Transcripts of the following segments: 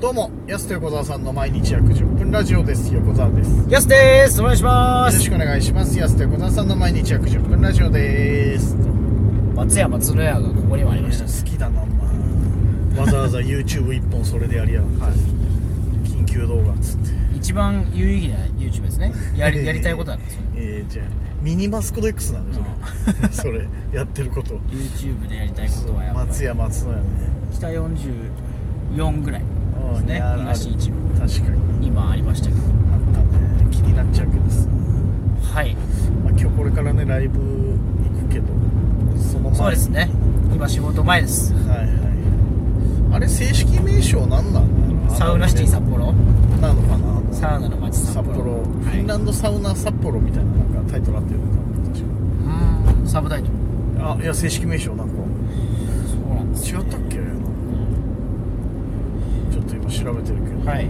どうも、やすと横澤さんの毎日約10分ラジオです。横澤です。よやすですお願いしまろしすくお願いします。やすと横澤さんの毎日約10分ラジオです。松山津の屋がここにもありました好きだな、お前。わざわざ YouTube 一本それでやりやがって。緊急動画っつって。一番有意義な YouTube ですねやりやりたいことなんですよえー、じゃあ、ミニマスコド X なんだよ、それ。そ れ、やってること。 YouTube でやりたいことはやっぱり松屋松野屋ね。北44ぐらいですねあー東一部確かに。今ありましたけどあったね。気になっちゃうけどさ。はいまあ、今日これからね、ライブ行くけど、その前にそうですね今仕事前ですはいはいあれ正式名称何なんだろうサウナシティ札幌なのかなサウナの街札札幌幌フィンラはいンドサウナ札幌みたいななんかタイトルあってるのかな確うーんサブタイトルかあいや正式名称なんかそうなんです違ったっけちょっと今調べてるけど、はい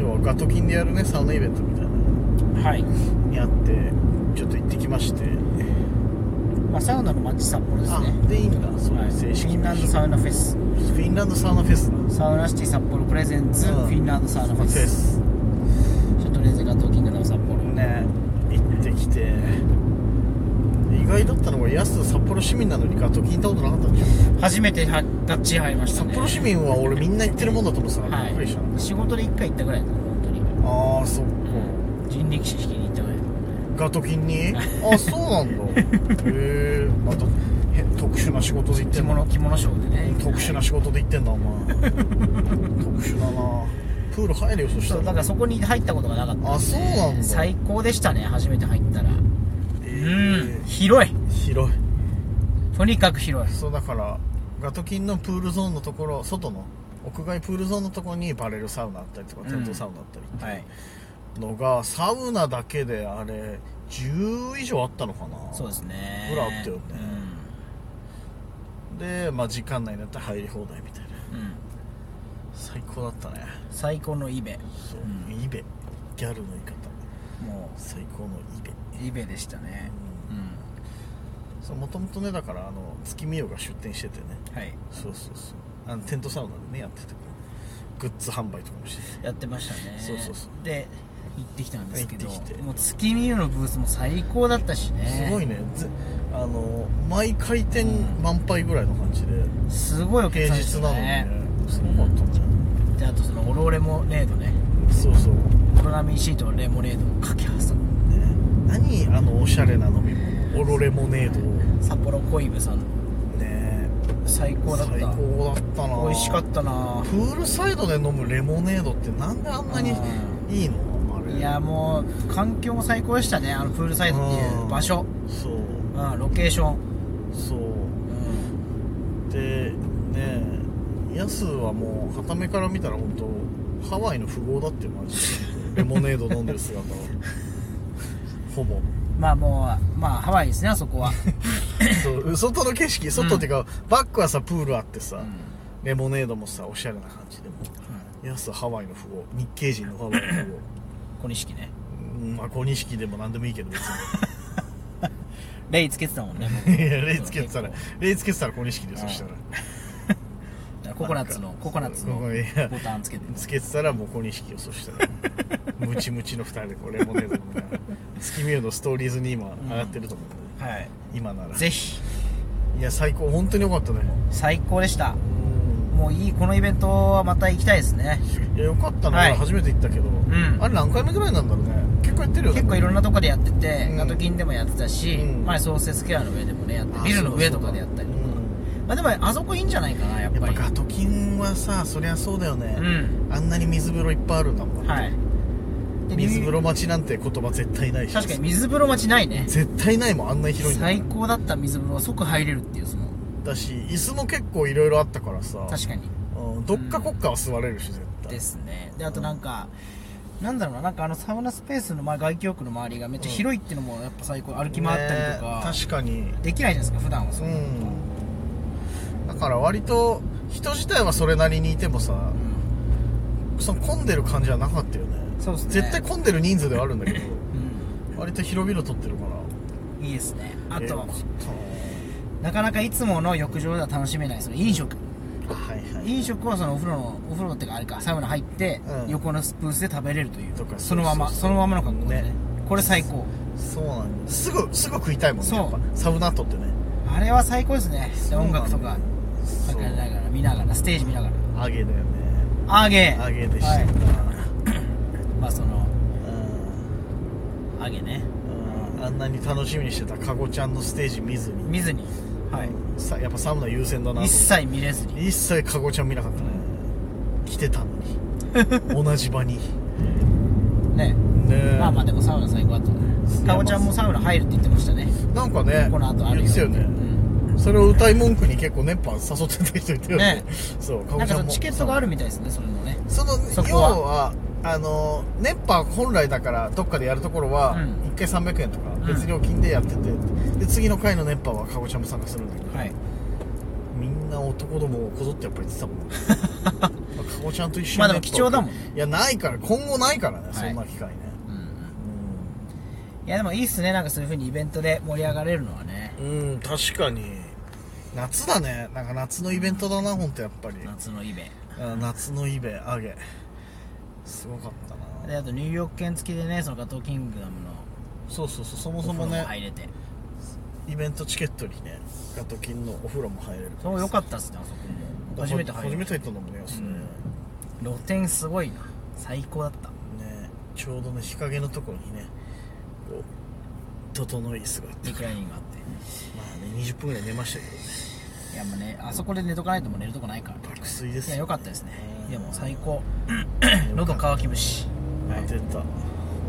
要はガトキンでやるねサウナイベントみたいなのはい、にあってちょっと行ってきましてまあ、サウナの街札幌ですねあでいいんだそうはい、フ正式ィンランドサウナフェスフィンランドサウナフェスだサウナシティ札幌プレゼンツ、うんフィンランドサウナフェスシャトレーゼガトーキングダム札幌ね行ってきて意外だったのがやす札幌市民なのにガトキン行ったことなかったでしょ初めては立ち入りました札ね幌市民は俺みんな行ってるもんだと思ってたから、びっくりしたはい仕事で1回行ったぐらいだ本当にああそっか人力士式に行ったぐらいガトキンにあそうなん だへえまたへ特殊な仕事で行って着んの物着物ショーでね特殊な仕事で行ってんだお前特殊だなプール入れよそしそたうだらからそこに入ったことがなかったであそうなんだ最高でしたね初めて入ったらえうんー広い広いとにかく広いそうだからガトキンのプールゾーンのところ外の屋外プールゾーンのところにバレルサウナあったりとかうんテントサウナあったりってはいいうのが、サウナだけであれ10以上あったのかなそうですねぐらいあったよねうんで、まあ、時間内になったら入り放題みたいなうん最高だったね最高のイベそう、うんイベギャルの言い方も最高のイベうイベでしたねうそうもともとねだからあの月見よが出店しててねんはいそうそうそうあのテントサウナでねやっててグッズ販売とかもしててやってましたねそうそうそうで行ってきたんですけど行ってきてもう月見湯のブースも最高だったしねすごいねぜあの毎回転満杯ぐらいの感じで、すごいお客平さんで日しなたのにねねすごかったね、であとそのオロオレモレードねそうそう、ね、オロナミンシートのレモレードをかけはさ何あのおしゃれな飲み物オロレモネード札幌恋部さんね最高だった最高だったな美味しかったなプールサイドで飲むレモネードってなんであんなにいいのあれいやもう環境も最高でしたねあのプールサイドっていう場所そううんロケーションそううんでねえヤスはもうはためから見たら本当ハワイの富豪だってマジでレモネード飲んでる姿はほぼまあもうまあハワイですねあそ こはそう外の景色外っていうか、バックはさプールあってさ、レモネードもさおしゃれな感じでもヤスハワイの富豪日系人のハワイの富豪小錦ねうんまあ小錦でも何でもいいけど別にレイつけてたもんねいや、レイつけてたら、レイつけてたら小錦で、そしたら。ココナッツのココナッツのごめんいやボタンつけてつけてたらもう小錦よ、そした ら。ムチムチの二人でこうレモネード飲みながら。月見湯のストーリーズに今上がってると思うんで、はい今なら。ぜひいや、最高。本当に良かったね。最高でしたもういいこのイベントはまた行きたいですねいや、良かったのははい初めて行ったけど、んあれ何回目ぐらいなんだろうね。結構やってるよね。結構いろんなとこでやってうてんガトキンでもやってたし、うん前創設ケアの上でもねやってあビルの上とかでやったりとか、まあ、でもあそこいいんじゃないかなやっやっぱぱりガトキンはさ、そりゃそうだよね。うあんなに水風呂いっぱいあるんだもん。はいで水風呂待ちなんて言葉絶対ないし。確かに水風呂待ちないね絶対ないもん、あんなに広いんだから最高だった水風呂は即入れるっていうそのだし椅子も結構いろいろあったからさ確かにうん、どっかこっかは座れるし絶対ですねであとなんか、なんだろうななんかあのサウナスペースの前外気浴の周りがめっちゃ広いっていうのもやっぱ最高歩き回ったりとねか、確かにできないじゃないですか普段はそうのんだから割と人自体はそれなりにいてもさその混んでる感じはなかったよねそうですね絶対混んでる人数ではあるんだけどう割と広々取ってるからんいいですねあとえはーなかなかいつもの浴場では楽しめないその飲食はいはい飲食はそのお風呂のお風呂っていうかあれかサウナ入って、うん横のブースで食べれるというとかそのままそうそそうそうのままの格好でねねこれ最高そうなんだすぐすぐ食いたいもんそねうやっぱサウナートってねあれは最高ですねで音楽とかそうかけながら見ながらステージ見ながら揚げだよねあげ揚げでしたはいなまあそのうあげねんうんあんなに楽しみにしてたかごちゃんのステージ見ずに見ずにはいさやっぱサウナ優先だなと思っ一て切見れずに一切かごちゃん見なかったね来てたのに 同じ場にねねえまあまあでもサウナ最高だったねかおちゃんもサウナ入るって言ってましたねなんかねこの後ある言ってたようねんそれを歌い文句に結構熱波誘ってた人いたよねねそうかなごちんかゃそんのもチケットがあるみたいですねそれのねそのそこ要ははあの熱波本来だからどっかでやるところはうん1回300円とかん別料金でやってて、で次の回の熱波はかごちゃんも参加するんだけどはいみんな男どもをこぞってやっぱり言ってたもんねまあかごちゃんと一緒にまあでも熱波貴重だもんいやないから今後ないからね、そんな機会ねうんいやでもいいっすねなんかそういう風にイベントで盛り上がれるのはねうん、うん、確かに夏だねなんか夏のイベントだな本当やっぱり夏のイベあ夏のイベ揚げすごかったなであとニューヨーク券付きでねそのガトーキングダムのそうそうそうそもおそ風も呂もね入れてイベントチケットにねガトキンのお風呂も入れるそう良かったっすねあそこも初めて入初めるて入ったんだもんね安ね,、露天すごいな最高だったねちょうどね日陰のところにねこう整い椅子があってリクライニングがあっまあね20分ぐらい寝ましたけどねていやもうねあそこで寝とかないともう寝るとこないから爆睡ですいや良かったですねうんいやもう最高喉乾き虫当てたお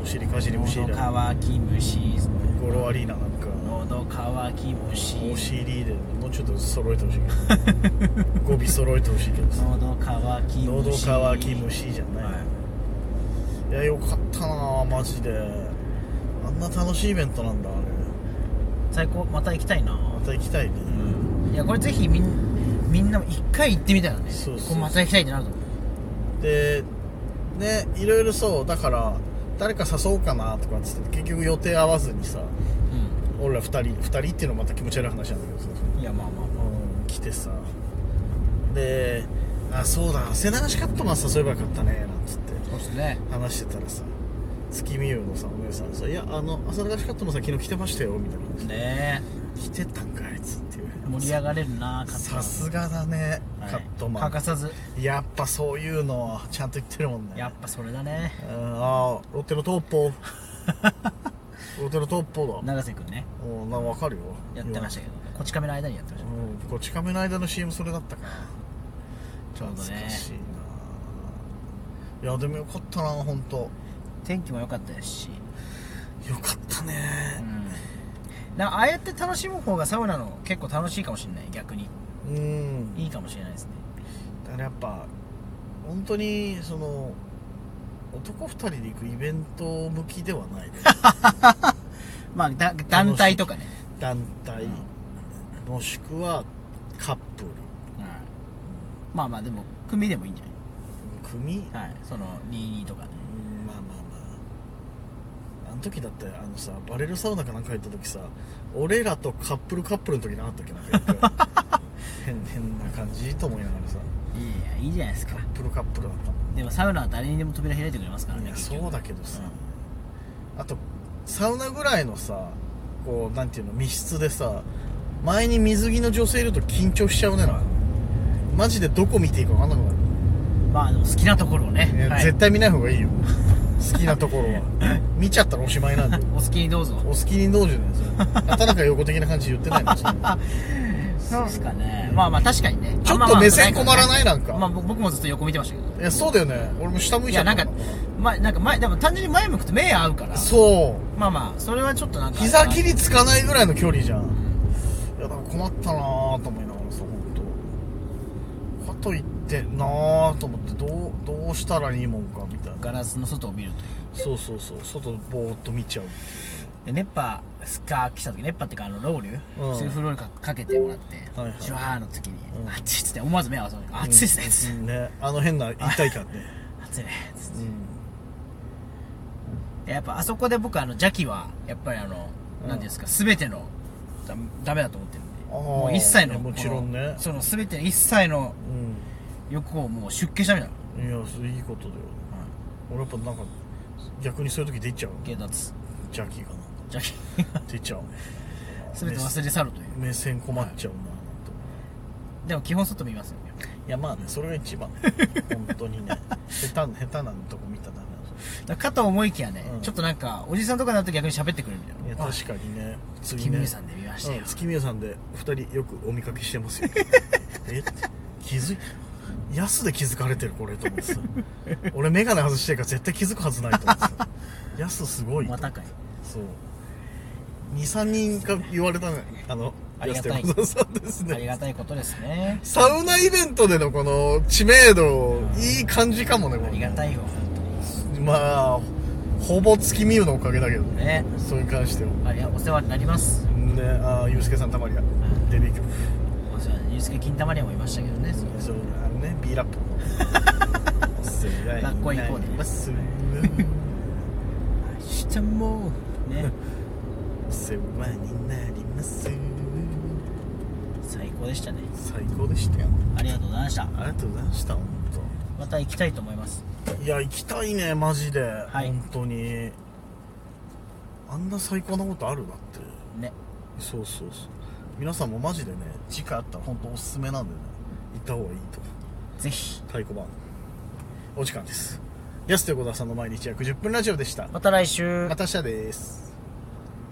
尻かじり虫喉いら乾き虫ゴロアリーナなんか喉乾き虫お尻でもうちょっと揃えてほしいけ ど語尾揃えてほしいけどさ喉乾き虫喉乾き虫じゃない、はいいやよかったなマジであんな楽しいイベントなんだあれ最高また行きたいなまた行きたいね、いやこれぜひみんみんなも一回行ってみたらねそうそうこれまた行きたいってなると思うでねいろいろそうだから誰か誘おうかなとかっつって結局予定合わずにさ俺ら2人2人っていうのもまた気持ち悪い話なんだけどさ、うんいやまあまあまうん、来てさであそうだ汗流しカットマン誘えばよかったねなんつってあそうですね話してたらさ月見湯のさお姉さんさ「いやあの汗流しカットマンさ昨日来てましたよ」みたいな感ねじで来てたんかあいつっていうえ盛り上がれるなカットさマンすがだね、はいカットマ欠かンさずやっぱそういうのはちゃんと言ってるもんねやっぱそれだねうんああロッテのトッ ポロッテのトッポだ永瀬君ねうんなんかわかるよやってましたけどこち亀の間にやってましたうんこち亀の間の CM それだったかなちょうどね懐かしいないやでもよかったな本当よ天気も良かったですしかったねうんなんかああやって楽しむ方がサウナの結構楽しいかもしれない逆にうん、いいかもしれないですねだからやっぱ本当にその男2人で行くイベント向きではない ねまあだ団体とかね団体もしくはカップルうんまあまあでも組でもいいんじゃない組はいその22とかねうんまあまあまああの時だってあのさバレルサウナかなんか入った時さ俺らとカップルカップルの時なかったっけなんかよ く変変な感じと思いながらさいやいいじゃないですかカップルカップルだったもでもサウナは誰にでも扉開いてくれますからんねいやそうだけどさ、うあとサウナぐらいのさこうなんていうの密室でさ前に水着の女性いると緊張しちゃうねなマジでどこ見ていいか分かんなくなるんまあでも好きなところをねいや、はい絶対見ない方がいいよ好きなところ は見ちゃったらおしまいなんだよお好きにどうぞお好きにどうじゃないですか畑中横的な感じ言ってないのちょ っとそうですかねまあまあ確かにねちょっとあんままあ目線困らないなんかまあ僕僕もずっと横見てましたけどいやそうだよね俺も下向いいちゃやっなたんか前なんか前でも単純に前向くと目合うからそまあまあそれはちょっとなんうか膝切りつかないぐらいの距離じゃんいやだから困ったなぁと思いながらさ本当かといってなぁと思ってどうどうしたらいいもんかみたいなガラスの外を見るというそうそうそう外ぼーっと見ちゃうで熱波が来た時熱波っていうかあのロール、うんセルフロールかかけてもらって、はいはいシュワーの時にうん「暑、い」っつって思わず目合わせない暑いですね」っつってうんねあの変な一体 感ね「暑いね」っつっうてやっぱあそこで僕あの邪気はやっぱりあのうん何、なん、ですか全てのダダメだと思ってるんでんもう一切のもちろんねこのその全て一切のう欲をもう出家したみたいんいやそれいいことだよな、は俺やっぱなんか逆にそういう時出ちゃうい、下脱ジャッキーかなじゃ 出ちゃう全て忘れ去るという目線困っちゃうなとでも基本外見ますよねいやまあねそれが 一番本当にね下手下手なとこ見たらダメなんですよだからかと思いきやね、うんちょっとなんかおじさんとかになると逆に喋ってくれるみたいないや確かにねあ次キムねイさんで見ましたうよん、月宮さんで2人よくお見かけして ますよえ気づい安で気づかれてるこれと思ってさ俺眼鏡外してるから絶対気づくはずないと思ってさ安すごいまたかいそう23人か言われたねあのありがたい安田横澤さんですありねがたいことですねサウナイベントでのこの知名度いい感じかもねこありがれたいよまあほぼ月見湯のおかげだけどねねそれに関してはありがお世話になりますねああユースケさんたまりやデビュー曲お世話にゆうすけ金玉にもいましたけどねそうそうあのね B ラップ学校行こうねますしてもねお世話になります最高でしたね最高でしたよありがとうございましたありがとうございました本また行きたいと思います当。いや行きたいねマジで、い本当にあんな最高なことあるだってねそうそうそう皆さんもマジでね時間あったら本当おすすめなんでね行った方がいいとぜひ太鼓判お時間です安手小田さんの毎日約10分ラジオでしたまた来週また明日です